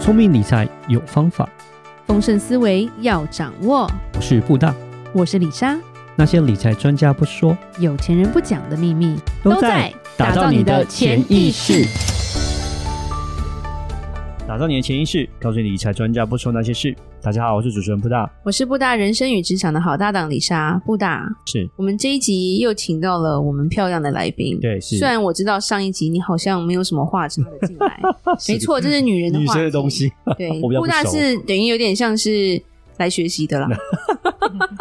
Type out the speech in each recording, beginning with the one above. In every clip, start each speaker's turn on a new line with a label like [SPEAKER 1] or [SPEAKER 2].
[SPEAKER 1] 聪明理财有方法，
[SPEAKER 2] 丰盛思维要掌握。
[SPEAKER 1] 我是布大。
[SPEAKER 2] 我是李莎，
[SPEAKER 1] 那些理财专家不说，
[SPEAKER 2] 有钱人不讲的秘密
[SPEAKER 1] 打造你的潜意识。。打造你的潜意识，告诉你理财专家不说那些事。大家好，我是主持人布大。
[SPEAKER 2] 我是布大人生与职场的好搭档李莎。布大，
[SPEAKER 1] 是
[SPEAKER 2] 我们这一集又请到了我们漂亮的来宾。
[SPEAKER 1] 对是
[SPEAKER 2] 虽然我知道上一集你好像没有什么话插的进 来，没错，这是女人的
[SPEAKER 1] 女
[SPEAKER 2] 话
[SPEAKER 1] 生的
[SPEAKER 2] 题
[SPEAKER 1] 东。 西，
[SPEAKER 2] 对，
[SPEAKER 1] 我比较不
[SPEAKER 2] 布大
[SPEAKER 1] 熟
[SPEAKER 2] 是等于有点像是来学 习的啦。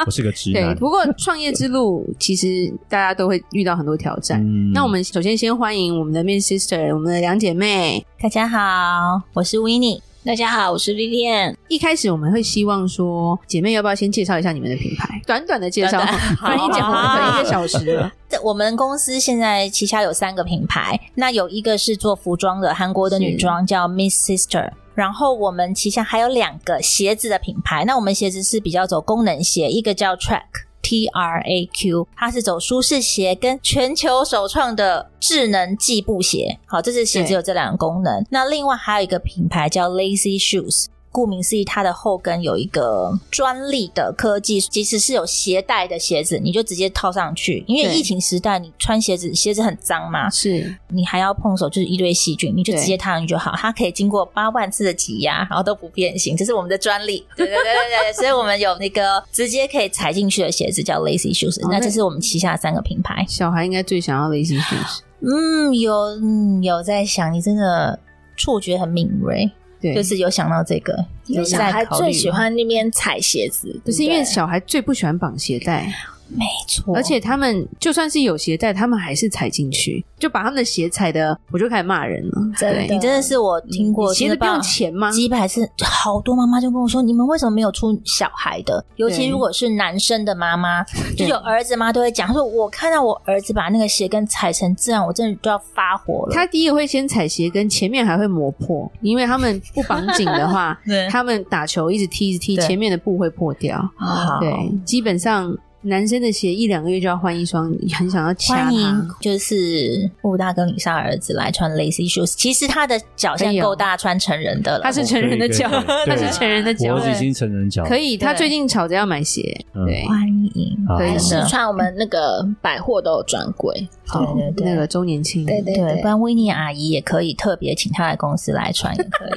[SPEAKER 1] 我是个直
[SPEAKER 2] 对，
[SPEAKER 1] 男。
[SPEAKER 2] 不过创业之路其实大家都会遇到很多挑战。
[SPEAKER 1] 嗯
[SPEAKER 2] 那我们首先先欢迎我们的面 sister，我们的两姐妹。
[SPEAKER 3] 大家好，我是 w i n n i e 大家好，我是 Lilian。
[SPEAKER 2] 一开始我们会希望说，姐妹要不要先介绍一下你们的品牌？短 短的介绍，
[SPEAKER 3] 短
[SPEAKER 2] 不然一讲我们可能一个小时 了。
[SPEAKER 3] 我们公司现在旗下有三个品牌，那有一个是做服装的，韩国的
[SPEAKER 2] 是
[SPEAKER 3] 女装叫 Miss Sister。然后我们旗下还有两个鞋子的品牌，那我们鞋子是比较走功能鞋，一个叫 Track。T R A Q，它是走舒适鞋跟全球首创的智能计步鞋。好，这只鞋
[SPEAKER 2] 对
[SPEAKER 3] 子有这两个功能。那另外还有一个品牌叫 Lazy Shoes，顾名思义，它的后跟有一个专利的科技，即使是有鞋带的鞋子，你就直接套上去。因为
[SPEAKER 2] 对
[SPEAKER 3] 疫情时代，你穿鞋子，鞋子很脏嘛，
[SPEAKER 2] 是
[SPEAKER 3] 你还要碰手，就是一堆细菌，你就
[SPEAKER 2] 对
[SPEAKER 3] 直接踏上去就好。它可以经过八万次的挤压，然后都不变形，这是我们的专利。对对对对对，所以我们有那个直接可以踩进去的鞋子叫 Lazy Shoes，、
[SPEAKER 2] 哦
[SPEAKER 3] 那
[SPEAKER 2] 那
[SPEAKER 3] 这是我们旗下的三个品牌。
[SPEAKER 2] 小孩应该最想要的一些故事。
[SPEAKER 3] 嗯，有嗯有在想，你真的触觉很敏锐，
[SPEAKER 2] 对，
[SPEAKER 3] 就是有想到这个，
[SPEAKER 4] 因为
[SPEAKER 3] 有
[SPEAKER 4] 小
[SPEAKER 3] 在
[SPEAKER 4] 孩
[SPEAKER 3] 考
[SPEAKER 4] 最
[SPEAKER 3] 虑
[SPEAKER 4] 喜欢那边踩鞋子，
[SPEAKER 2] 不是因为
[SPEAKER 4] 对
[SPEAKER 2] 小孩最不喜欢绑鞋带，
[SPEAKER 3] 没错，
[SPEAKER 2] 而且他们就算是有鞋带，他们还是踩进去，就把他们的鞋踩的，我就开始骂人了。
[SPEAKER 4] 真的
[SPEAKER 2] 对
[SPEAKER 3] 你真的是嗯我听过，
[SPEAKER 2] 你鞋子不用钱吗？
[SPEAKER 3] 几百次，好多妈妈就跟我说，你们为什么没有出小孩的？尤其如果是男生的妈 妈，就有儿子妈都会讲，她说我看到我儿子把那个鞋跟踩成这样，我真的都要发火了。，
[SPEAKER 2] 他第一个会先踩鞋跟，前面还会磨破，因为他们不绑紧的话
[SPEAKER 3] 对
[SPEAKER 2] 他们打球一直踢一直踢，
[SPEAKER 3] 对
[SPEAKER 2] 前面的布会破掉。
[SPEAKER 3] 好
[SPEAKER 2] 对，基本上男生的鞋一两个月就要换一双，很想要掐
[SPEAKER 3] 欢迎
[SPEAKER 2] 它。
[SPEAKER 3] 就是布大跟女莎儿子来穿 lacy shoes，其实他的脚现
[SPEAKER 2] 可以
[SPEAKER 3] 在
[SPEAKER 2] 哦
[SPEAKER 3] 够大，穿成人的了。
[SPEAKER 1] 哦
[SPEAKER 2] 他是成人的脚，
[SPEAKER 1] 对
[SPEAKER 2] 他
[SPEAKER 1] 对
[SPEAKER 2] 是成人的脚
[SPEAKER 1] 脖，子已经成人脚，
[SPEAKER 2] 可以。他
[SPEAKER 3] 对
[SPEAKER 2] 最近吵着要买鞋，
[SPEAKER 1] 嗯
[SPEAKER 2] 对，
[SPEAKER 3] 欢迎，
[SPEAKER 1] 好
[SPEAKER 2] 可以
[SPEAKER 4] 还
[SPEAKER 3] 真
[SPEAKER 4] 是
[SPEAKER 3] 的
[SPEAKER 4] 穿我们那个百货都有专柜，
[SPEAKER 3] 对对对
[SPEAKER 2] 那个周年庆，
[SPEAKER 4] 对对
[SPEAKER 3] 对，不然维尼阿姨也可以特别请她来公司来穿，也可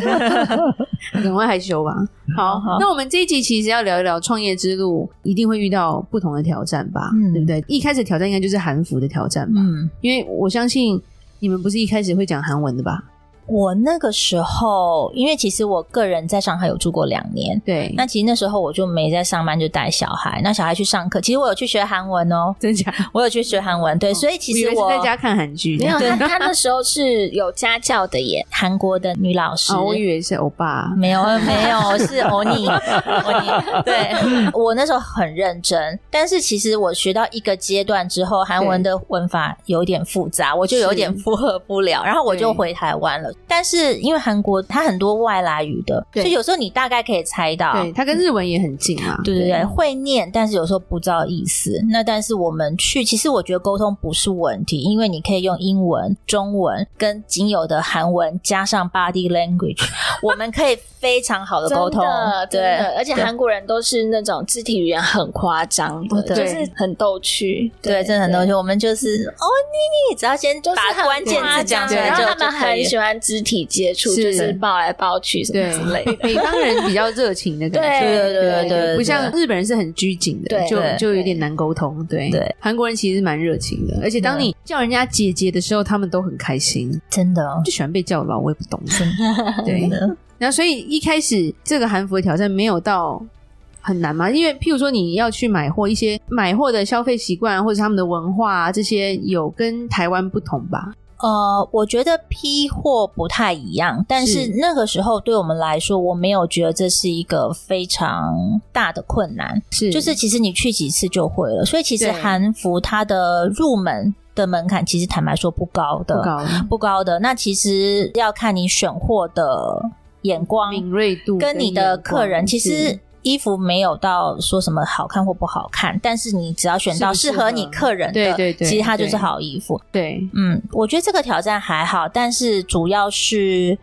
[SPEAKER 3] 以。
[SPEAKER 2] 可能会害羞吧。好，
[SPEAKER 3] 好
[SPEAKER 2] 那我们这一集其实要聊一聊创业之路，一定会遇到不同的挑战吧，
[SPEAKER 3] 嗯
[SPEAKER 2] 对不对？一开始挑战应该就是韩服的挑战吧，
[SPEAKER 3] 嗯，
[SPEAKER 2] 因为我相信你们不是一开始会讲韩文的吧？
[SPEAKER 3] 我那个时候，因为其实我个人在上海有住过两年，
[SPEAKER 2] 对，
[SPEAKER 3] 那其实那时候我就没在上班，就带小孩，那小孩去上课，其实我有去学韩文哦，
[SPEAKER 2] 真假？
[SPEAKER 3] 我有去学韩文，对，所以
[SPEAKER 2] 嗯
[SPEAKER 3] 其
[SPEAKER 2] 哦我以
[SPEAKER 3] 实
[SPEAKER 2] 为是
[SPEAKER 3] 我
[SPEAKER 2] 在家看韩剧，
[SPEAKER 4] 没有
[SPEAKER 2] 对
[SPEAKER 4] 他他 那时候是有家教的耶，
[SPEAKER 3] 韩国的女老师。
[SPEAKER 2] 啊，我以为是欧巴，
[SPEAKER 3] 没 有，没有，是欧尼，欧尼。对 我那时候很认真，但是其实我学到一个阶段之后，韩文的文法有点复杂，我就有点
[SPEAKER 2] 是
[SPEAKER 3] 负荷不了，然后我就
[SPEAKER 2] 对
[SPEAKER 3] 回台湾了。但是因为韩国它很多外来语的，
[SPEAKER 2] 对
[SPEAKER 3] 所以有时候你大概可以猜到，
[SPEAKER 2] 对，它跟日文也很近啊。
[SPEAKER 3] 对对对，会念，但是有时候不知道意思。那但是我们去，其实我觉得沟通不是问题，因为你可以用英文、中文跟仅有的韩文加上 body language，我 们可以非常好
[SPEAKER 4] 呃
[SPEAKER 3] 的沟通
[SPEAKER 4] 真的。真
[SPEAKER 3] 对
[SPEAKER 4] 的，而且
[SPEAKER 3] 对
[SPEAKER 4] 韩国人都是那种肢体语言很夸张的，
[SPEAKER 3] 哦对
[SPEAKER 4] 就是很逗趣，
[SPEAKER 3] 对，真的很多东
[SPEAKER 4] 趣。
[SPEAKER 3] 西，我们就是哦，你你只要先
[SPEAKER 4] 就是
[SPEAKER 3] 把
[SPEAKER 4] 很
[SPEAKER 3] 关键
[SPEAKER 4] 夸
[SPEAKER 3] 字讲
[SPEAKER 4] 张
[SPEAKER 3] 出
[SPEAKER 4] 的
[SPEAKER 3] 来
[SPEAKER 4] 然
[SPEAKER 3] 就
[SPEAKER 4] 后他
[SPEAKER 3] 就
[SPEAKER 4] 们
[SPEAKER 3] 可
[SPEAKER 4] 很
[SPEAKER 3] 以了。
[SPEAKER 4] 喜欢肢体接触，
[SPEAKER 2] 是
[SPEAKER 4] 就是抱来抱去什么
[SPEAKER 2] 对
[SPEAKER 4] 之类的。
[SPEAKER 2] 北方人比较热情的感觉，
[SPEAKER 3] 对
[SPEAKER 4] 对
[SPEAKER 3] 对对对
[SPEAKER 2] 不像日本人是很拘谨的，
[SPEAKER 4] 对
[SPEAKER 2] 就
[SPEAKER 3] 对
[SPEAKER 2] 就有点难沟通。对
[SPEAKER 3] 对，
[SPEAKER 2] 韩国人其实蛮热情的，而且当你叫人家姐姐的时候，他们都很开心，
[SPEAKER 3] 真的哦，
[SPEAKER 2] 就喜欢被叫老，我也不懂。对
[SPEAKER 3] 真，的。
[SPEAKER 2] 然后所以一开始这个韩服的挑战没有到。很难吗？因为譬如说你要去买货，一些买货的消费习惯或者他们的文化啊，这些有跟台湾不同吧？
[SPEAKER 3] 呃，我觉得批货不太一样，但
[SPEAKER 2] 是
[SPEAKER 3] 是那个时候对我们来说，我没有觉得这是一个非常大的困难，
[SPEAKER 2] 是，
[SPEAKER 3] 就是其实你去几次就会了。所以其实
[SPEAKER 2] 对
[SPEAKER 3] 韩服它的入门的门槛，其实坦白说不高的，
[SPEAKER 2] 不高
[SPEAKER 3] 不高的。那其实要看你选货的眼光，
[SPEAKER 2] 敏锐度
[SPEAKER 3] 跟你的
[SPEAKER 2] 眼光
[SPEAKER 3] 客人，其
[SPEAKER 2] 是
[SPEAKER 3] 实衣服没有到说什么好看或不好看，但是你只要选到
[SPEAKER 2] 适
[SPEAKER 3] 适
[SPEAKER 2] 不适合
[SPEAKER 3] 合你客人的，
[SPEAKER 2] 对对对
[SPEAKER 3] 其实它就是
[SPEAKER 2] 对
[SPEAKER 3] 好衣服。
[SPEAKER 2] 对
[SPEAKER 3] 嗯，我觉得这个挑战还好，但是主要是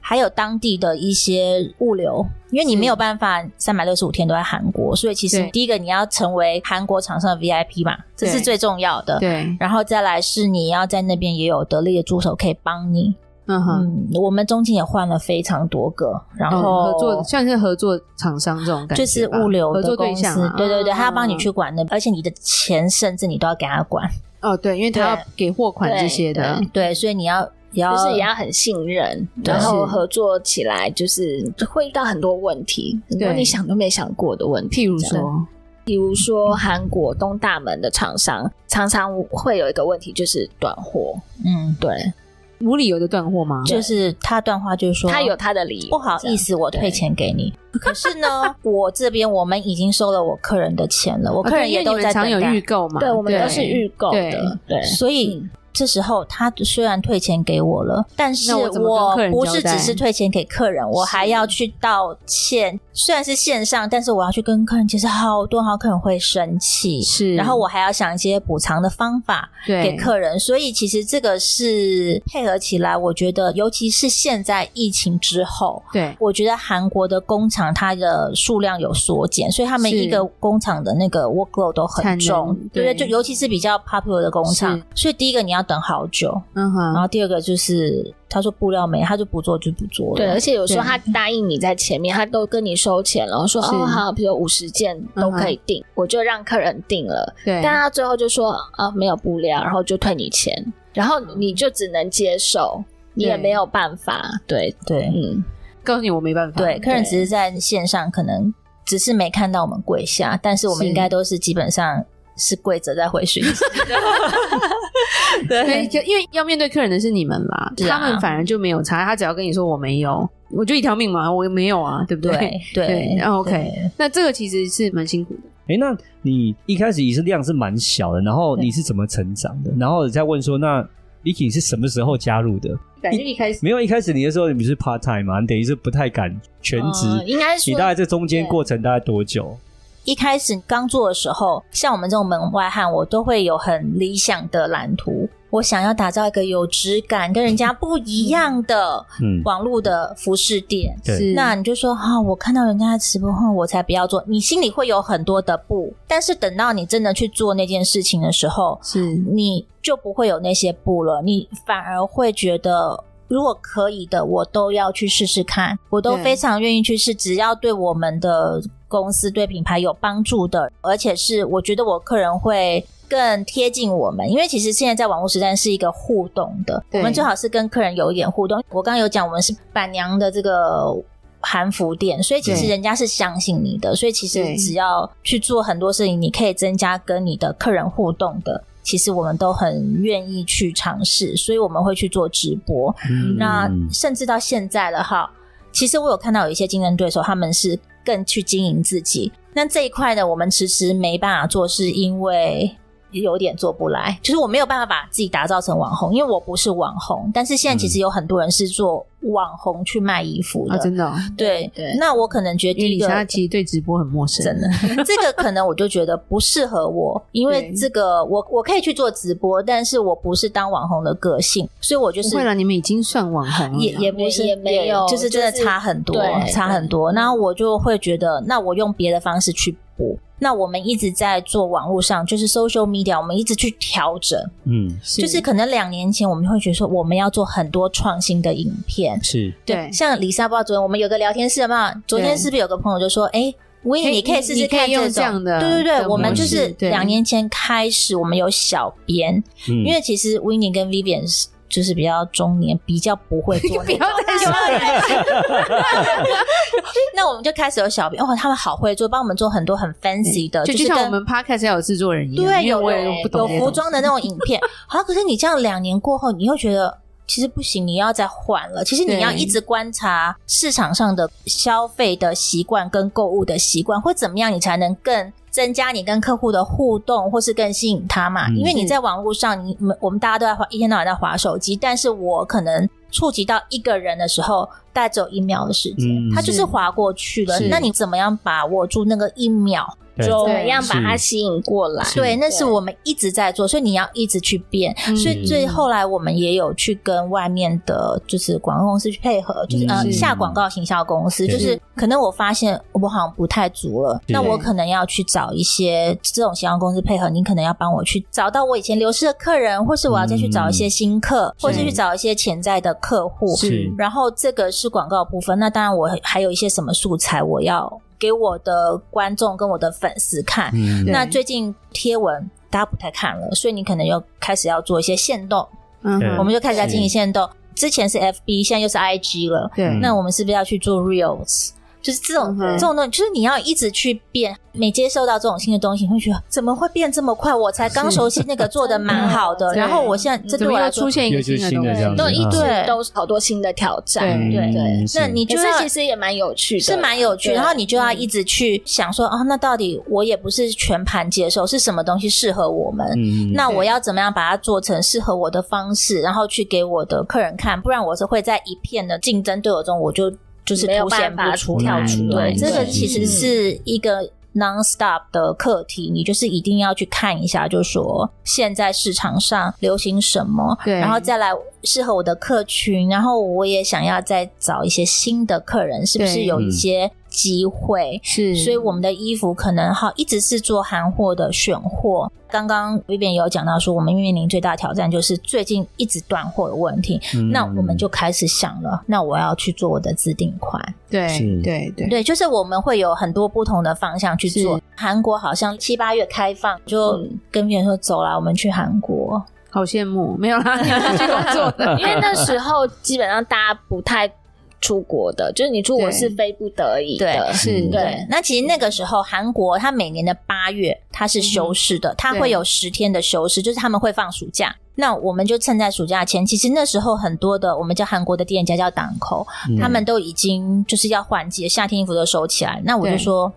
[SPEAKER 3] 还有当地的一些物流，因为你
[SPEAKER 2] 是
[SPEAKER 3] 没有办法三百六十五天都在韩国，所以其实
[SPEAKER 2] 对
[SPEAKER 3] 第一个你要成为韩国厂商的 VIP 嘛，这是
[SPEAKER 2] 对
[SPEAKER 3] 最重要的。
[SPEAKER 2] 对，
[SPEAKER 3] 然后再来是你要在那边也有得力的助手可以帮你。
[SPEAKER 2] 嗯哼，
[SPEAKER 3] 嗯，我们中间也换了非常多个，然后、
[SPEAKER 2] 哦合作算是合作厂商这种感觉吧，
[SPEAKER 3] 就是物流
[SPEAKER 2] 合
[SPEAKER 3] 的
[SPEAKER 2] 作对
[SPEAKER 3] 公司，
[SPEAKER 2] 象啊，
[SPEAKER 3] 对对对，
[SPEAKER 2] 哦
[SPEAKER 3] 他要帮你去管的，而且你的钱甚至你都要给他管，
[SPEAKER 2] 哦，对，因为他要
[SPEAKER 3] 对
[SPEAKER 2] 给货款这些的，
[SPEAKER 3] 对，所以你要也要
[SPEAKER 4] 就是也要很信任，
[SPEAKER 3] 对
[SPEAKER 4] 然后
[SPEAKER 2] 是
[SPEAKER 4] 合作起来就是会遇到很多问题，很多
[SPEAKER 2] 对
[SPEAKER 4] 你想都没想过的问题。
[SPEAKER 2] 譬如
[SPEAKER 4] 这样，
[SPEAKER 2] 说，
[SPEAKER 4] 比如说韩国东大门的厂商常常会有一个问题，就是短货。
[SPEAKER 3] 嗯，
[SPEAKER 4] 对，
[SPEAKER 2] 无理由的断货吗？
[SPEAKER 3] 就是他段话就是说
[SPEAKER 4] 他有。他的理由，
[SPEAKER 3] 不好意思，我退钱给你。可是呢， 我这边我们已经收了我客人的钱了，我
[SPEAKER 2] 我
[SPEAKER 3] 客人也都在
[SPEAKER 2] 常
[SPEAKER 3] 等
[SPEAKER 2] 有预嗯
[SPEAKER 3] 待。
[SPEAKER 2] 购嘛，
[SPEAKER 4] 这样。对，我们都是预购
[SPEAKER 2] 对
[SPEAKER 4] 的，对，
[SPEAKER 3] 所以这时候他虽然退钱给我了，但是
[SPEAKER 2] 那我怎么跟客人
[SPEAKER 3] 不是
[SPEAKER 2] 交代
[SPEAKER 3] 只是退钱给客人，我还要去道歉。虽然是线上，但是我要去跟客人解释，好多好客人会生气。
[SPEAKER 2] 是
[SPEAKER 3] 然后我还要想一些补偿的方法
[SPEAKER 2] 对
[SPEAKER 3] 给客人，所以其实这个是配合起来，我觉得尤其是现在疫情之后，
[SPEAKER 2] 对
[SPEAKER 3] 我觉得韩国的工厂它的数量有缩减，所以他们
[SPEAKER 2] 是
[SPEAKER 3] 一个工厂的那个 workload 都很
[SPEAKER 2] 产
[SPEAKER 3] 重
[SPEAKER 2] 能，
[SPEAKER 3] 对不对？就
[SPEAKER 2] 对
[SPEAKER 3] 尤其是比较 popular 的工厂
[SPEAKER 2] 是，
[SPEAKER 3] 所以第一个你要等好久，
[SPEAKER 2] 嗯
[SPEAKER 3] 然
[SPEAKER 2] 哼，
[SPEAKER 3] 后第二个就是他说布料没，他就不做就不做了，
[SPEAKER 4] 对，而且有时候
[SPEAKER 2] 对
[SPEAKER 4] 他答应你在前面，他都跟你收钱了，说
[SPEAKER 2] 是
[SPEAKER 4] 哦好，比如五十件都可以定，我就让客人定了，
[SPEAKER 2] 对
[SPEAKER 4] 但他最后就说啊没有布料，然后就退你钱，然后你就只能接受，你也
[SPEAKER 2] 对
[SPEAKER 4] 没有办法，对，
[SPEAKER 3] 对
[SPEAKER 4] 嗯，
[SPEAKER 2] 告诉你我没办法，
[SPEAKER 3] 对，客人只是在线上可能只是没看到我们跪下，但是我们
[SPEAKER 2] 是
[SPEAKER 3] 应该都是基本上是跪着在回讯息，
[SPEAKER 2] 对，就因为要面对客人的是你们啦，
[SPEAKER 3] 是啊
[SPEAKER 2] 他们反而就没有差，他只要跟你说我没有，我就一条命嘛，我没有啊，对不
[SPEAKER 3] 对对
[SPEAKER 2] 对啊，OK
[SPEAKER 3] 对
[SPEAKER 2] 那这个其实是蛮辛苦的。
[SPEAKER 1] 哎，那你一开始也是量是蛮小的，然后
[SPEAKER 3] 对
[SPEAKER 1] 你是怎么成长的？然后我再问说，那 Licky 是什么时候加入的？
[SPEAKER 2] 感觉一开始
[SPEAKER 1] 没有一开始你的时候，你不是 part time 嘛？你等于是不太敢全职。
[SPEAKER 4] 呃应该
[SPEAKER 1] 你
[SPEAKER 4] 说
[SPEAKER 1] 大概这中间过程大概多久？
[SPEAKER 3] 一开始刚做的时候，像我们这种门外汉，我都会有很理想的蓝图。我想要打造一个有质感、跟人家不一样的
[SPEAKER 1] 嗯，
[SPEAKER 3] 网络的服饰店。
[SPEAKER 1] 对
[SPEAKER 2] 是
[SPEAKER 3] 嗯那你就说哈、我看到人家在直播后，我才不要做。你心里会有很多的不，但是等到你真的去做那件事情的时候，
[SPEAKER 2] 是
[SPEAKER 3] 你就不会有那些不了，你反而会觉得。如果可以的，我都要去试试看，我都
[SPEAKER 2] 对
[SPEAKER 3] 非常愿意去试。只要对我们的公司、对品牌有帮助的，而且是我觉得我客人会更贴近我们，因为其实现在在网络时代是一个互动的，
[SPEAKER 2] 对
[SPEAKER 3] 我们最好是跟客人有一点互动。我刚刚有讲，我们是板娘的这个韩服店，所以其实
[SPEAKER 2] 对
[SPEAKER 3] 人家是相信你的，所以其
[SPEAKER 2] 对
[SPEAKER 3] 实只要去做很多事情，你可以增加跟你的客人互动的。其实我们都很愿意去尝试，所以我们会去做直播。
[SPEAKER 1] 嗯
[SPEAKER 3] 那甚至到现在了哈，其实我有看到有一些竞争对手，他们是更去经营自己。那这一块呢，我们迟迟没办法做，是因为有点做不来，就是我没有办法把自己打造成网红，因为我不是网红。但是现在其实有很多人是做网红去卖衣服
[SPEAKER 2] 嗯啊，
[SPEAKER 3] 的，
[SPEAKER 2] 真的哦，
[SPEAKER 3] 对
[SPEAKER 4] 对
[SPEAKER 3] 那我可能觉得
[SPEAKER 2] 因为
[SPEAKER 3] 第
[SPEAKER 2] 李
[SPEAKER 3] 一个
[SPEAKER 2] 莎其实对直播很陌生，
[SPEAKER 3] 真的，这个可能我就觉得不适合我，因为
[SPEAKER 2] 对
[SPEAKER 3] 这个我我可以去做直播，但是我不是当网红的个性，所以我就
[SPEAKER 2] 不
[SPEAKER 3] 是
[SPEAKER 2] 会啦，你们已经算网红了啦，
[SPEAKER 3] 也也不是
[SPEAKER 4] 也没有
[SPEAKER 3] 就是真的
[SPEAKER 4] 就是
[SPEAKER 3] 差很多，
[SPEAKER 4] 对
[SPEAKER 3] 差很多。
[SPEAKER 4] 对
[SPEAKER 3] 那我就会觉得，那我用别的方式去补。那我们一直在做网络上，就是 social media，我们一直去调整。
[SPEAKER 1] 嗯
[SPEAKER 3] 就是可能两年前我们会觉得说，我们要做很多创新的影片。
[SPEAKER 1] 是
[SPEAKER 2] 对
[SPEAKER 3] 像李莎不知道昨天我们有个聊天室有没有？昨天
[SPEAKER 2] 对
[SPEAKER 3] 是不是有个朋友就说，哎。维尼，
[SPEAKER 2] 可以
[SPEAKER 3] 你可以试试
[SPEAKER 2] 你可以
[SPEAKER 3] 看
[SPEAKER 2] 用
[SPEAKER 3] 种
[SPEAKER 2] 这样的
[SPEAKER 3] 对对对，
[SPEAKER 2] 的
[SPEAKER 3] 我们就
[SPEAKER 1] 模
[SPEAKER 2] 式
[SPEAKER 3] 是
[SPEAKER 2] 对
[SPEAKER 3] 两年前开始，我们有小编，
[SPEAKER 1] 嗯
[SPEAKER 3] 因为其实 w i n n i e 跟 Vivian 是就是比较中年，比较不会做
[SPEAKER 2] 不
[SPEAKER 3] 那种
[SPEAKER 2] 要再说了，
[SPEAKER 3] 那我们就开始有小编，哦，他们好会做，帮我们做很多很 fancy 的，
[SPEAKER 2] 就是像
[SPEAKER 3] 跟
[SPEAKER 2] 我们 podcast 要有制作人一样，
[SPEAKER 3] 对
[SPEAKER 2] 因为
[SPEAKER 3] 有
[SPEAKER 2] 我
[SPEAKER 3] 有
[SPEAKER 2] 也不懂
[SPEAKER 3] 有
[SPEAKER 2] 那
[SPEAKER 3] 服
[SPEAKER 2] 种
[SPEAKER 3] 装的那种影片。好，可是你这样两年过后，你又觉得。其实不行，你要再换了。其实你
[SPEAKER 2] 对
[SPEAKER 3] 要一直观察市场上的消费的习惯跟购物的习惯，或怎么样，你才能更增加你跟客户的互动，或是更吸引他嘛。
[SPEAKER 1] 嗯
[SPEAKER 3] 因为你
[SPEAKER 2] 是
[SPEAKER 3] 在网络上，你我们我们大家都在滑，一天到晚在滑手机，但是我可能触及到一个人的时候，大概只有一秒的时间，
[SPEAKER 1] 嗯
[SPEAKER 3] 它就是划过去了
[SPEAKER 1] 是。
[SPEAKER 3] 那你怎么样把握住那个一秒？
[SPEAKER 1] 对
[SPEAKER 3] 钟
[SPEAKER 4] 怎么样把它
[SPEAKER 1] 是
[SPEAKER 4] 吸引过来？
[SPEAKER 1] 是
[SPEAKER 3] 对，那是我们一直在做，所以你要一直去变。
[SPEAKER 2] 嗯
[SPEAKER 3] 所以最后来我们也有去跟外面的，就是广告公司去配合，就是
[SPEAKER 1] 嗯
[SPEAKER 3] 呃下广告行销公司，
[SPEAKER 1] 是
[SPEAKER 3] 就是可能我发现我好像不太足了，
[SPEAKER 1] 是
[SPEAKER 3] 那我可能要去找一些这种行销公司配合，你可能要帮我去找到我以前流失的客人，或是我要再去找一些新客，
[SPEAKER 2] 是
[SPEAKER 3] 或是去找一些潜在的客户。
[SPEAKER 1] 嗯是
[SPEAKER 3] 然后这个是广告部分，那当然我还有一些什么素材我要给我的观众跟我的粉丝看，
[SPEAKER 1] 嗯
[SPEAKER 2] 对
[SPEAKER 3] 那最近贴文大家不太看了，所以你可能又开始要做一些限动，
[SPEAKER 2] 嗯
[SPEAKER 1] 对
[SPEAKER 2] 哼
[SPEAKER 3] 我们就开始在经营
[SPEAKER 1] 是
[SPEAKER 3] 限动。之前是 FB，现在又是 IG 了，
[SPEAKER 2] 对
[SPEAKER 1] 嗯
[SPEAKER 3] 那我们是不是要去做 Reels？就是这种、
[SPEAKER 2] 嗯哼
[SPEAKER 3] 这种东西，就是你要一直去变。每接受到这种新的东西，你会觉得怎么会变这么快？我才刚熟悉那个做的蛮好的，
[SPEAKER 2] 对
[SPEAKER 3] 然后我现在这
[SPEAKER 2] 怎
[SPEAKER 3] 对我
[SPEAKER 2] 么又
[SPEAKER 3] 来说
[SPEAKER 2] 出，现一
[SPEAKER 1] 又
[SPEAKER 2] 个
[SPEAKER 1] 是
[SPEAKER 2] 新的
[SPEAKER 1] 新
[SPEAKER 2] 东
[SPEAKER 1] 的这
[SPEAKER 2] 西？
[SPEAKER 1] 样子，
[SPEAKER 4] 都一
[SPEAKER 1] 啊
[SPEAKER 4] 直
[SPEAKER 3] 对
[SPEAKER 4] 都是好多新的挑战，
[SPEAKER 2] 对
[SPEAKER 4] 对对。
[SPEAKER 1] 嗯
[SPEAKER 3] 那
[SPEAKER 1] 是
[SPEAKER 3] 你就
[SPEAKER 4] 可
[SPEAKER 3] 要
[SPEAKER 4] 是其实也蛮有趣的，
[SPEAKER 3] 是蛮有趣，
[SPEAKER 4] 对嗯
[SPEAKER 3] 然后你就要一直去想说，哦，那到底我也不是全盘接受，是什么东西适合我们？
[SPEAKER 1] 嗯
[SPEAKER 3] 那我要怎么样把它做成适合我的方式，然后去给我的客人看？不然我是会在一片的竞争对手中，我就就是
[SPEAKER 4] 没有
[SPEAKER 3] 凸显
[SPEAKER 4] 办
[SPEAKER 3] 不
[SPEAKER 4] 法
[SPEAKER 3] 出
[SPEAKER 1] 跳
[SPEAKER 3] 来
[SPEAKER 1] 出来
[SPEAKER 3] 对，这个
[SPEAKER 1] 对
[SPEAKER 3] 其实是一个 non stop 的课题，你就是一定要去看一下，就是说现在市场上流行什么，
[SPEAKER 2] 对
[SPEAKER 3] 然后再来适合我的客群，然后我也想要再找一些新的客人，是不是
[SPEAKER 2] 对
[SPEAKER 3] 有一
[SPEAKER 1] 嗯
[SPEAKER 3] 些机会？
[SPEAKER 2] 是，
[SPEAKER 3] 所以我们的衣服可能哈一直是做韩货的选货。刚刚 Vivian 也有讲到说，我们面临最大的挑战就是最近一直断货的问题。
[SPEAKER 1] 嗯
[SPEAKER 3] 那我们就开始想了，那我要去做我的自定款。
[SPEAKER 2] 对
[SPEAKER 1] 是
[SPEAKER 2] 对对
[SPEAKER 3] 对，就是我们会有很多不同的方向去做
[SPEAKER 2] 是。嗯
[SPEAKER 3] 韩国好像七八月开放，就跟别人说走啦，我们去韩国。
[SPEAKER 2] 好羡慕，没有 啦，你们去工 作的，
[SPEAKER 4] 因为那时候基本上大家不太出国的，就是你出国是非不得已的，
[SPEAKER 2] 是
[SPEAKER 4] 对
[SPEAKER 3] 对，那其实那个时候韩国它每年的八月它是休市
[SPEAKER 2] 嗯
[SPEAKER 3] 的，它会有十天的休市，就是他们会放暑假。那我们就趁在暑假前，其实那时候很多的我们叫韩国的店家叫档口，
[SPEAKER 1] 嗯
[SPEAKER 3] 他们都已经就是要换季，夏天衣服都收起来。那我就
[SPEAKER 2] 对
[SPEAKER 3] 说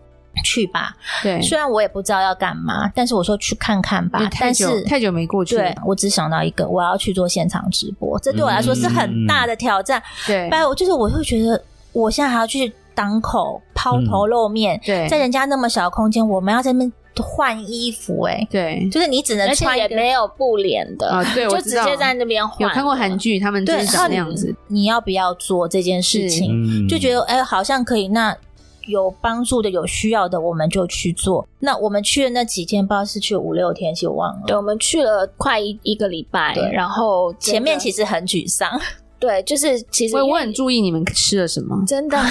[SPEAKER 3] 去吧，
[SPEAKER 2] 对，
[SPEAKER 3] 虽然我也不知道要干嘛，但是我说去看看
[SPEAKER 2] 因
[SPEAKER 3] 吧
[SPEAKER 2] 为。太
[SPEAKER 3] 但
[SPEAKER 2] 久
[SPEAKER 3] 是
[SPEAKER 2] 太久没过去，
[SPEAKER 3] 对我只想到一个，我要去做现场直播，这对我来说是很大的挑战。
[SPEAKER 2] 对
[SPEAKER 3] 拜，我就是我会觉得，我现在还要去档口抛头露面，
[SPEAKER 2] 对
[SPEAKER 3] 在人家那么小的空间，我们要在那边换衣服、欸，
[SPEAKER 2] 对
[SPEAKER 3] 就是你只能
[SPEAKER 4] 而且
[SPEAKER 3] 穿一
[SPEAKER 4] 也
[SPEAKER 3] 个
[SPEAKER 4] 没有不脸的，
[SPEAKER 3] 呃
[SPEAKER 2] 啊，对，
[SPEAKER 4] 就
[SPEAKER 2] 我
[SPEAKER 4] 直
[SPEAKER 2] 知道
[SPEAKER 4] 接在那边换。
[SPEAKER 2] 有看过韩剧，他们就
[SPEAKER 3] 对
[SPEAKER 2] 是长那样子，
[SPEAKER 3] 你要不要做这件事情，
[SPEAKER 1] 嗯
[SPEAKER 3] 就觉得哎、好像可以那。有帮助的、有需要的，我们就去做。那我们去的那几天，不知道是去五六天，其实我忘了。
[SPEAKER 4] 对，我们去了快一一个礼拜
[SPEAKER 3] 对，
[SPEAKER 4] 然后真的
[SPEAKER 3] 前面其实很沮丧，
[SPEAKER 4] 对，就是其实
[SPEAKER 2] 我
[SPEAKER 4] 因
[SPEAKER 2] 我
[SPEAKER 4] 为
[SPEAKER 2] 很注意你们吃了什么，
[SPEAKER 4] 真的，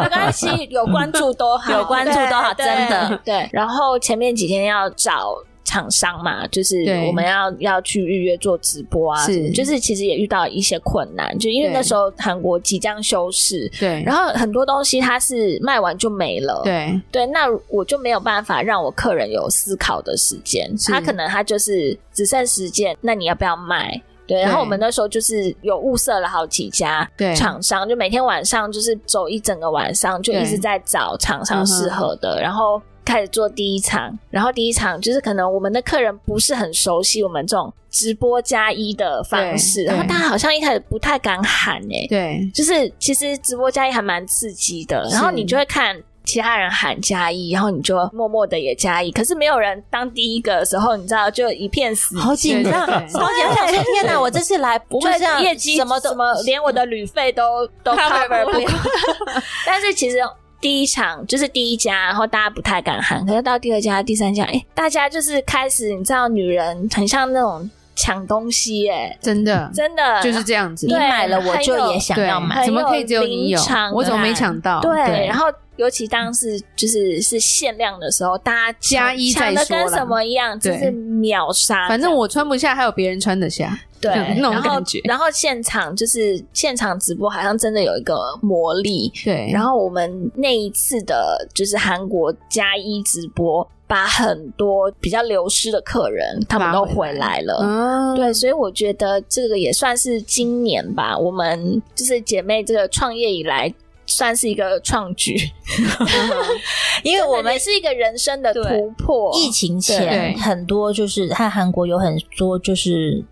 [SPEAKER 4] 没关系，有关注都好，
[SPEAKER 3] 有关注都好
[SPEAKER 4] 对
[SPEAKER 3] 真的
[SPEAKER 4] 对。对然后前面几天要找厂商嘛，就是
[SPEAKER 2] 对
[SPEAKER 4] 我们要要去预约做直播啊，
[SPEAKER 2] 是
[SPEAKER 4] 就是其实也遇到一些困难，就因为
[SPEAKER 2] 对
[SPEAKER 4] 那时候韩国即将休市，
[SPEAKER 2] 对，
[SPEAKER 4] 然
[SPEAKER 2] 后
[SPEAKER 4] 后很多东西它是卖完就没了，。
[SPEAKER 2] 对
[SPEAKER 4] 对，那我就没有办法让我客人有思考的时间，
[SPEAKER 2] 是
[SPEAKER 4] 他可能他就是只剩十件，那你要不要卖？对，然后
[SPEAKER 2] 对
[SPEAKER 4] 我们那时候就是有物色了好几家
[SPEAKER 2] 对
[SPEAKER 4] 厂商，就每天晚上就是走一整个晚上，就一
[SPEAKER 2] 对
[SPEAKER 4] 直在找厂
[SPEAKER 2] 嗯
[SPEAKER 4] 商
[SPEAKER 2] 哼
[SPEAKER 4] 适合的，然后开始做第一场，然后第一场就是可能我们的客人不是很熟悉我们这种直播加一的方式，
[SPEAKER 2] 对
[SPEAKER 4] 然后
[SPEAKER 2] 对
[SPEAKER 4] 大家好像一开始不太敢喊哎、
[SPEAKER 2] 对
[SPEAKER 4] 就是其实直播加一还蛮刺激的，然后
[SPEAKER 2] 是
[SPEAKER 4] 你就会看其他人喊加一，然后你就默默的也加一，可是没有人当第一个的时候，你知道就一片死寂。
[SPEAKER 3] 好紧张，
[SPEAKER 2] 对对
[SPEAKER 3] 好
[SPEAKER 2] 哦
[SPEAKER 3] 紧 张！想说天哪，我这次来哦不
[SPEAKER 4] 我
[SPEAKER 3] 会
[SPEAKER 4] 们
[SPEAKER 3] 这样，
[SPEAKER 4] 业绩
[SPEAKER 3] 什么都
[SPEAKER 4] 什么，连我的旅费 都都 cover 不了。 但是其实第一场就是第一家，然后大家不太敢喊，可是到第二家、第三家，哎、大家就是开始，你知道，女人很像那种抢东西、哎，
[SPEAKER 2] 真的
[SPEAKER 4] 真的
[SPEAKER 2] 就是这样子
[SPEAKER 3] 你，
[SPEAKER 4] 对
[SPEAKER 3] 买了我就
[SPEAKER 4] 很有
[SPEAKER 3] 也想
[SPEAKER 2] 对
[SPEAKER 3] 要买，
[SPEAKER 4] 很，
[SPEAKER 2] 怎么可以只有你有
[SPEAKER 4] 临场？
[SPEAKER 2] 我怎么没
[SPEAKER 4] 感
[SPEAKER 2] 抢到？
[SPEAKER 4] 对，然后尤其当时就是是限量的时候，大家
[SPEAKER 2] 加
[SPEAKER 4] 抢
[SPEAKER 2] 一再
[SPEAKER 4] 抢的
[SPEAKER 2] 说
[SPEAKER 4] 跟
[SPEAKER 2] 啦
[SPEAKER 4] 什么一样，就
[SPEAKER 2] 对
[SPEAKER 4] 是秒杀。
[SPEAKER 2] 反正我穿不下，还有别人穿得下，
[SPEAKER 4] 对，
[SPEAKER 2] 那种
[SPEAKER 4] 然后
[SPEAKER 2] 感觉
[SPEAKER 4] 然后现场就是现场直播，好像真的有一个魔力。
[SPEAKER 2] 对，
[SPEAKER 4] 然
[SPEAKER 2] 后
[SPEAKER 4] 后我们那一次的就是韩国加一直播，把很多比较流失的客人他们
[SPEAKER 2] 拉
[SPEAKER 4] 都
[SPEAKER 2] 回
[SPEAKER 4] 回来了。
[SPEAKER 2] 嗯，
[SPEAKER 4] 呃对，所以我觉得这个也算是今年吧，我们就是姐妹这个创业以来，算是一个创 举。
[SPEAKER 3] 因为我们
[SPEAKER 4] 也是一个人生的突破。
[SPEAKER 3] 疫情
[SPEAKER 2] 对
[SPEAKER 3] 前很多就是和韩国有很多就是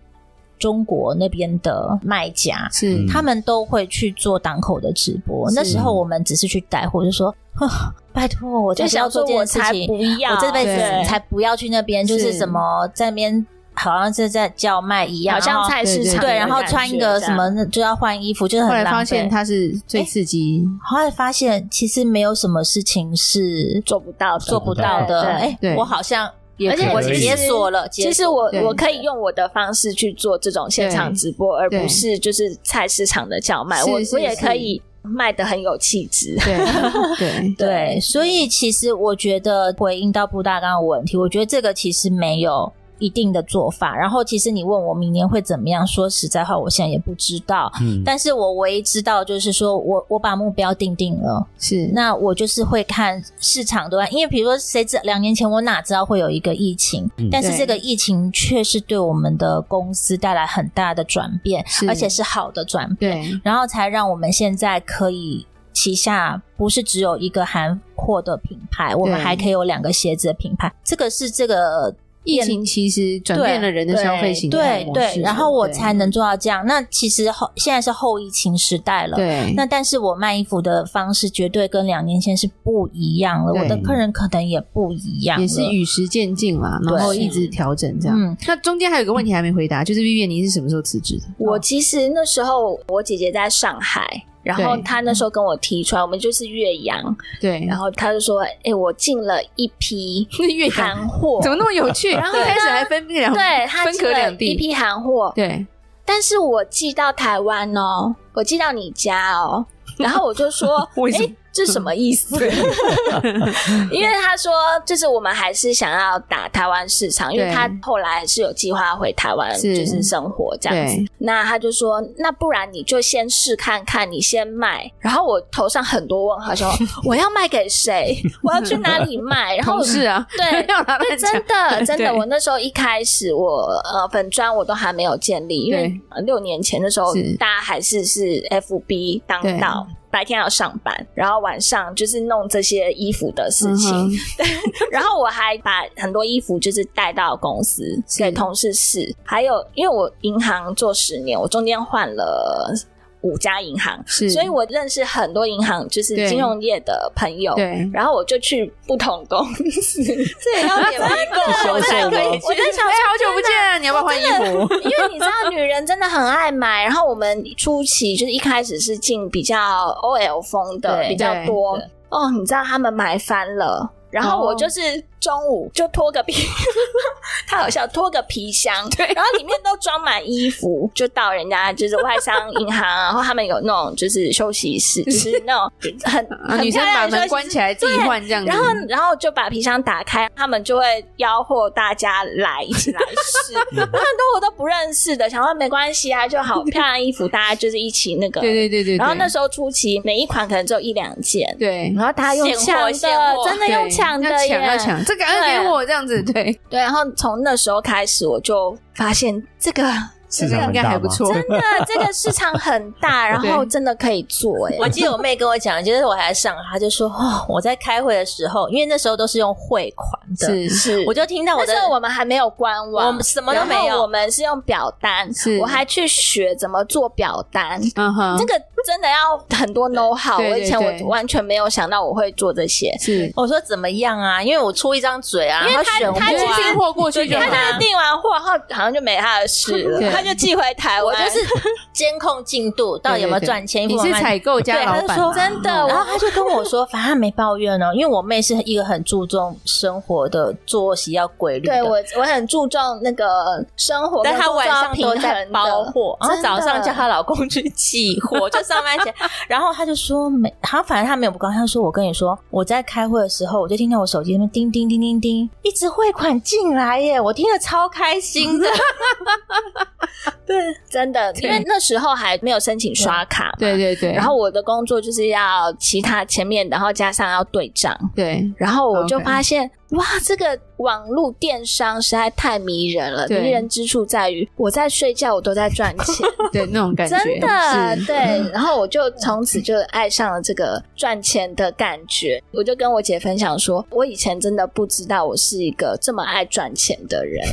[SPEAKER 3] 中国那边的卖家，
[SPEAKER 2] 是
[SPEAKER 1] 嗯
[SPEAKER 3] 他们都会去做档口的直播。
[SPEAKER 2] 是
[SPEAKER 3] 那时候我们只是去带货，就说。 呵拜托，我
[SPEAKER 4] 就
[SPEAKER 3] 就是要
[SPEAKER 4] 想
[SPEAKER 3] 做
[SPEAKER 4] 说
[SPEAKER 3] 这
[SPEAKER 4] 我
[SPEAKER 3] 件事
[SPEAKER 4] 才
[SPEAKER 3] 情，
[SPEAKER 4] 不要，
[SPEAKER 3] 我这辈
[SPEAKER 2] 对
[SPEAKER 3] 子才不要去那边，就是
[SPEAKER 2] 是
[SPEAKER 3] 什么在那边好像是在叫卖一样，
[SPEAKER 4] 好像
[SPEAKER 3] 然后
[SPEAKER 4] 菜市场
[SPEAKER 3] 对，
[SPEAKER 4] 的
[SPEAKER 3] 然后
[SPEAKER 4] 感
[SPEAKER 3] 穿一
[SPEAKER 4] 觉
[SPEAKER 3] 个什
[SPEAKER 4] 这样
[SPEAKER 3] 么那就要换衣服，就是很
[SPEAKER 2] 后来
[SPEAKER 3] 浪
[SPEAKER 2] 发现
[SPEAKER 3] 费
[SPEAKER 2] 它是最刺激，
[SPEAKER 3] 后来发现其实没有什么事情是
[SPEAKER 4] 做不到的，
[SPEAKER 3] 做不到的。
[SPEAKER 4] 对
[SPEAKER 3] 哎
[SPEAKER 2] 对，
[SPEAKER 3] 我好像也
[SPEAKER 4] 而且
[SPEAKER 1] 可
[SPEAKER 4] 我
[SPEAKER 1] 以
[SPEAKER 4] 其实
[SPEAKER 3] 解锁了，解
[SPEAKER 4] 其实我
[SPEAKER 2] 对
[SPEAKER 4] 我可以用我的方式去做这种现场直播，而不是就是菜市场的叫卖。
[SPEAKER 2] 是
[SPEAKER 4] 我
[SPEAKER 2] 是
[SPEAKER 4] 我也
[SPEAKER 2] 是
[SPEAKER 4] 可以卖的很有气质。
[SPEAKER 2] 对对
[SPEAKER 3] 对，所以其实我觉得回应到布大刚刚的问题，我觉得这个其实没有一定的做法。然后其实你问我明年会怎么样，说实在话，我现在也不知道。
[SPEAKER 1] 嗯，
[SPEAKER 3] 但是我唯一知道就是说我我把目标定定了，
[SPEAKER 2] 是
[SPEAKER 3] 那我就是会看市场对吧？因为比如说，谁知两年前我哪知道会有一个疫情？
[SPEAKER 1] 嗯
[SPEAKER 3] 但是
[SPEAKER 2] 对
[SPEAKER 3] 这个疫情确实对我们的公司带来很大的转变，
[SPEAKER 2] 是
[SPEAKER 3] 而且是好的转变，
[SPEAKER 2] 对
[SPEAKER 3] 然后才让我们现在可以旗下不是只有一个韩货的品牌，我们
[SPEAKER 2] 对
[SPEAKER 3] 还可以有两个鞋子的品牌。这个是这个
[SPEAKER 2] 疫情其实转变了人的消费形态
[SPEAKER 3] 对
[SPEAKER 2] 模式
[SPEAKER 3] 对，然后我
[SPEAKER 2] 对
[SPEAKER 3] 才能做到这样。那其实后现在是后疫情时代了，
[SPEAKER 2] 对
[SPEAKER 3] 那但是我卖衣服的方式绝对跟两年前是不一样了，
[SPEAKER 2] 对
[SPEAKER 3] 我的客人可能也不一样了
[SPEAKER 2] 也是与时渐进啦，然后一直调整这样。
[SPEAKER 3] 嗯
[SPEAKER 2] 那中间还有一个问题还没回答，就是 Vivian，你是什么时候辞职的？
[SPEAKER 4] 我其实那时候我姐姐在上海。然后
[SPEAKER 2] 对嗯
[SPEAKER 4] 她那时候跟我提出来，我们就是岳阳，
[SPEAKER 2] 对，
[SPEAKER 4] 然后她就说：“哎、我进了一 批
[SPEAKER 2] 岳阳
[SPEAKER 4] 韩货，
[SPEAKER 2] 怎么那么有 趣？然后一开始还分两
[SPEAKER 4] 对，她
[SPEAKER 2] 分
[SPEAKER 4] 进
[SPEAKER 2] 隔
[SPEAKER 4] 了
[SPEAKER 2] 两
[SPEAKER 4] 一
[SPEAKER 2] 地，
[SPEAKER 4] 批韩货，
[SPEAKER 2] 对，
[SPEAKER 4] 但是我寄到台湾哦，我寄到你 家哦，然后我就说
[SPEAKER 2] 为，什么
[SPEAKER 4] 诶这什么意思？ 因为他说，就是我们还是想要打台湾市场，因为
[SPEAKER 2] 对
[SPEAKER 4] 他后来是有计划回台湾，
[SPEAKER 2] 是
[SPEAKER 4] 就是生活这样子
[SPEAKER 2] 对。
[SPEAKER 4] 那他就说，那不然你就先试看看，你先卖。然后我头上很多问号，说 我要卖给谁？我要去哪里卖？然后
[SPEAKER 2] 同事啊，
[SPEAKER 4] 对
[SPEAKER 2] 不 要拿来
[SPEAKER 4] 对，
[SPEAKER 2] 讲
[SPEAKER 4] 真的 真
[SPEAKER 2] 对
[SPEAKER 4] 的，我那时候一开始我呃粉砖我都还没有建立，因为
[SPEAKER 2] 对
[SPEAKER 4] 呃六年前的时候
[SPEAKER 2] 是
[SPEAKER 4] 大家还是是 FB 当
[SPEAKER 2] 对
[SPEAKER 4] 道。白天要上班，然后晚上就是弄这些衣服的事情，
[SPEAKER 2] 嗯哼
[SPEAKER 4] 然后我还把很多衣服就是带到公司给同事试，还有因为我银行做十年，我中间换了五家银行，
[SPEAKER 2] 是，
[SPEAKER 4] 所以我认识很多银行就是
[SPEAKER 2] 对
[SPEAKER 4] 金融业的朋友，
[SPEAKER 2] 对
[SPEAKER 4] 然后我就去不同公 司，这也要免费
[SPEAKER 1] 销售吗？
[SPEAKER 4] 我在想
[SPEAKER 2] 哎，好久不见，你要不要换衣服？
[SPEAKER 4] 因为你知道，女人真的很爱买。然后我们初期就是一开始是进比较 OL 风的
[SPEAKER 3] 对
[SPEAKER 4] 比较多
[SPEAKER 3] 对
[SPEAKER 4] 哦，你知道他们买翻了。然后
[SPEAKER 2] 哦
[SPEAKER 4] 我就是中午就拖个皮， 太好笑，拖个 皮箱，然后里面都装满衣服，就到人家就是外商银行啊，然后他们有那种就是休息 室，就是那种很
[SPEAKER 2] 啊
[SPEAKER 4] 很
[SPEAKER 2] 女生
[SPEAKER 4] 漂
[SPEAKER 2] 把
[SPEAKER 4] 亮的休
[SPEAKER 2] 门
[SPEAKER 4] 息
[SPEAKER 2] 关
[SPEAKER 4] 室
[SPEAKER 2] 起来，自己
[SPEAKER 4] 对
[SPEAKER 2] 换这样子。
[SPEAKER 4] 然后，然后就把皮箱打开，他们就会吆喝大家来，一起来试。
[SPEAKER 1] 嗯
[SPEAKER 4] 很多我都不认识的，想说没关系啊，就好漂亮衣服，大家就是一起那 个。
[SPEAKER 2] 对对对对，
[SPEAKER 4] 然后那
[SPEAKER 2] 时
[SPEAKER 4] 时候初期每一款可能只有一两件，
[SPEAKER 2] 对。
[SPEAKER 4] 然后他用
[SPEAKER 3] 现货
[SPEAKER 4] 抢的，
[SPEAKER 3] 现货
[SPEAKER 4] 真的
[SPEAKER 2] 对
[SPEAKER 4] 用抢的
[SPEAKER 2] 要
[SPEAKER 4] 耶，
[SPEAKER 2] 抢要抢，这个要给我这样子，对，
[SPEAKER 4] 对，然后从那时候开始，我就发现这个。
[SPEAKER 1] 市场
[SPEAKER 2] 应
[SPEAKER 1] 很
[SPEAKER 2] 该还
[SPEAKER 1] 大
[SPEAKER 2] 不
[SPEAKER 1] 吗？
[SPEAKER 2] 错，
[SPEAKER 4] 真的，这个市场很大，然后
[SPEAKER 2] 对
[SPEAKER 4] 真的可以做哎、
[SPEAKER 3] 我记得我妹跟我讲，就是我还在上海，她就说哦，我在开会的时候，因为那时候都是用汇款的，
[SPEAKER 2] 是
[SPEAKER 4] 是
[SPEAKER 3] 我就听到我
[SPEAKER 4] 那
[SPEAKER 3] 的
[SPEAKER 4] 时候我们还没有官网，
[SPEAKER 3] 我们什么都没有
[SPEAKER 4] 然后我们是用表单
[SPEAKER 2] 是，
[SPEAKER 4] 我还去学怎么做表单。
[SPEAKER 2] 嗯哼
[SPEAKER 4] 这，个真的要很多 know how，
[SPEAKER 2] 对对
[SPEAKER 4] 我以前
[SPEAKER 2] 对
[SPEAKER 4] 我完全没有想到我会做这些。
[SPEAKER 2] 是，
[SPEAKER 3] 我说怎么样啊？因为我出一张嘴啊，
[SPEAKER 4] 因为
[SPEAKER 3] 然后
[SPEAKER 4] 他
[SPEAKER 3] 选
[SPEAKER 4] 他
[SPEAKER 3] 货
[SPEAKER 2] 就
[SPEAKER 4] 其
[SPEAKER 3] 啊
[SPEAKER 4] 实
[SPEAKER 2] 进货过去就
[SPEAKER 4] 他
[SPEAKER 2] 好
[SPEAKER 4] 就。是订完货，然后好像就没他的事了
[SPEAKER 2] 对，
[SPEAKER 4] 他就寄回台
[SPEAKER 3] 我
[SPEAKER 4] 湾。
[SPEAKER 3] 就是监控进度到底有没有赚钱，
[SPEAKER 2] 你
[SPEAKER 3] 一副
[SPEAKER 2] 是
[SPEAKER 3] 慢慢
[SPEAKER 2] 采购加
[SPEAKER 3] 对他
[SPEAKER 2] 老
[SPEAKER 3] 就
[SPEAKER 2] 板
[SPEAKER 3] 说
[SPEAKER 2] 吧，
[SPEAKER 4] 真的
[SPEAKER 3] 然后他就跟我说，反正他没抱怨哦，因为我妹是一个很注重生活的作息要规律的，
[SPEAKER 4] 对我我很注重那个生活，
[SPEAKER 3] 但她晚上
[SPEAKER 4] 平
[SPEAKER 3] 都
[SPEAKER 4] 衡
[SPEAKER 3] 在
[SPEAKER 4] 的
[SPEAKER 3] 包货，然后
[SPEAKER 4] 真的
[SPEAKER 3] 早上叫她老公去寄货，就上班 前，然后她就说没，她反正她没有不高兴，她说我跟你说，我在开会的时候，我就听到我手机那边叮叮叮叮叮，一直汇款进来耶，我听得超开心的，
[SPEAKER 4] 真的，因为那时候还没有申请刷卡嘛。
[SPEAKER 2] 对对对，
[SPEAKER 4] 然后我的工作就是要其他前面，然后加上要对账。
[SPEAKER 2] 对
[SPEAKER 4] 然后我就
[SPEAKER 2] 哦 OK
[SPEAKER 4] 发现哇，这个网络电商实在太迷人了，
[SPEAKER 2] 对
[SPEAKER 4] 迷人之处在于我在睡觉，我都在赚钱。
[SPEAKER 2] 对那种感觉，
[SPEAKER 4] 真的
[SPEAKER 2] 是嗯
[SPEAKER 4] 对，然后我就从此就爱上了这个赚钱的感觉。我就跟我姐分享说，我以前真的不知道我是一个这么爱赚钱 的人，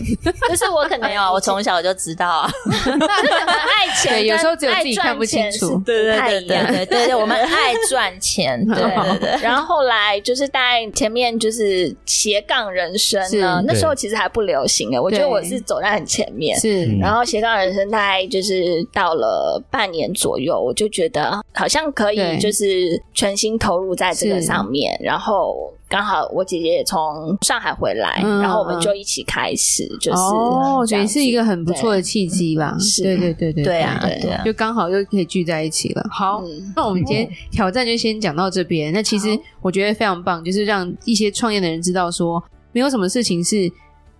[SPEAKER 4] 就是我可 能
[SPEAKER 3] 没有啊，我从小就知道啊。
[SPEAKER 4] 就是可能爱钱跟
[SPEAKER 2] 对有时候只有自己看不清楚
[SPEAKER 4] 爱 赚钱是
[SPEAKER 3] 对
[SPEAKER 4] 不太
[SPEAKER 3] 对对
[SPEAKER 4] 一样
[SPEAKER 3] 对对对对，我们爱赚 钱，对对对。
[SPEAKER 4] 然后后来就是在前面就是斜杠人生呢
[SPEAKER 2] 是，
[SPEAKER 4] 那时候其实还不流行欸的，我觉得
[SPEAKER 2] 对
[SPEAKER 4] 我是走在很前面。
[SPEAKER 2] 是
[SPEAKER 1] 嗯
[SPEAKER 4] 然后斜杠人生大概就是到了半年左右，我就觉得好像可以
[SPEAKER 2] 对
[SPEAKER 4] 就是全心投入在这个
[SPEAKER 2] 是
[SPEAKER 4] 上面。然后刚好我姐姐也从上海回来，
[SPEAKER 2] 嗯
[SPEAKER 4] 然后我们就一起开始，就是
[SPEAKER 2] 哦，我觉得
[SPEAKER 4] 这样
[SPEAKER 2] 是一个很不错的契机吧。
[SPEAKER 4] 是
[SPEAKER 2] 对对对对
[SPEAKER 3] 对啊对啊
[SPEAKER 2] 就刚好又可以聚在一起了。好，
[SPEAKER 4] 嗯
[SPEAKER 2] 那我们今天挑战就先讲到这边。那其实我觉得非常棒，就是让一些创业的人知道说，没有什么事情是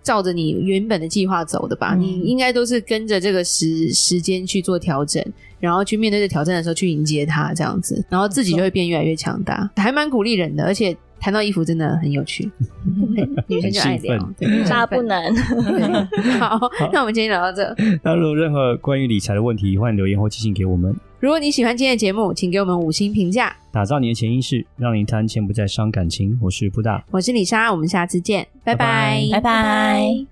[SPEAKER 2] 照着你原本的计划走的吧？
[SPEAKER 3] 嗯
[SPEAKER 2] 你应该都是跟着这个时时间去做调整，然后去面对这挑战的时候去迎接它，这样子，然后自己就会变越来越强大，还蛮鼓励人的。而且谈到衣服真的很有 趣，女生就爱聊
[SPEAKER 1] 很兴，
[SPEAKER 2] 对很
[SPEAKER 4] 大
[SPEAKER 2] 兴奋
[SPEAKER 4] 不能。
[SPEAKER 2] 对好，那我们今天聊到这。
[SPEAKER 1] 那如果有任何关于理财的问题，欢迎留言或寄信给我们。
[SPEAKER 2] 如果你喜欢今天的节目，请给我们五星评价。
[SPEAKER 1] 打造你的潜意识，让你谈钱不再伤感情。我是布大，
[SPEAKER 2] 我是李莎，我们下次见，拜
[SPEAKER 1] 拜拜
[SPEAKER 2] 拜
[SPEAKER 3] 拜拜。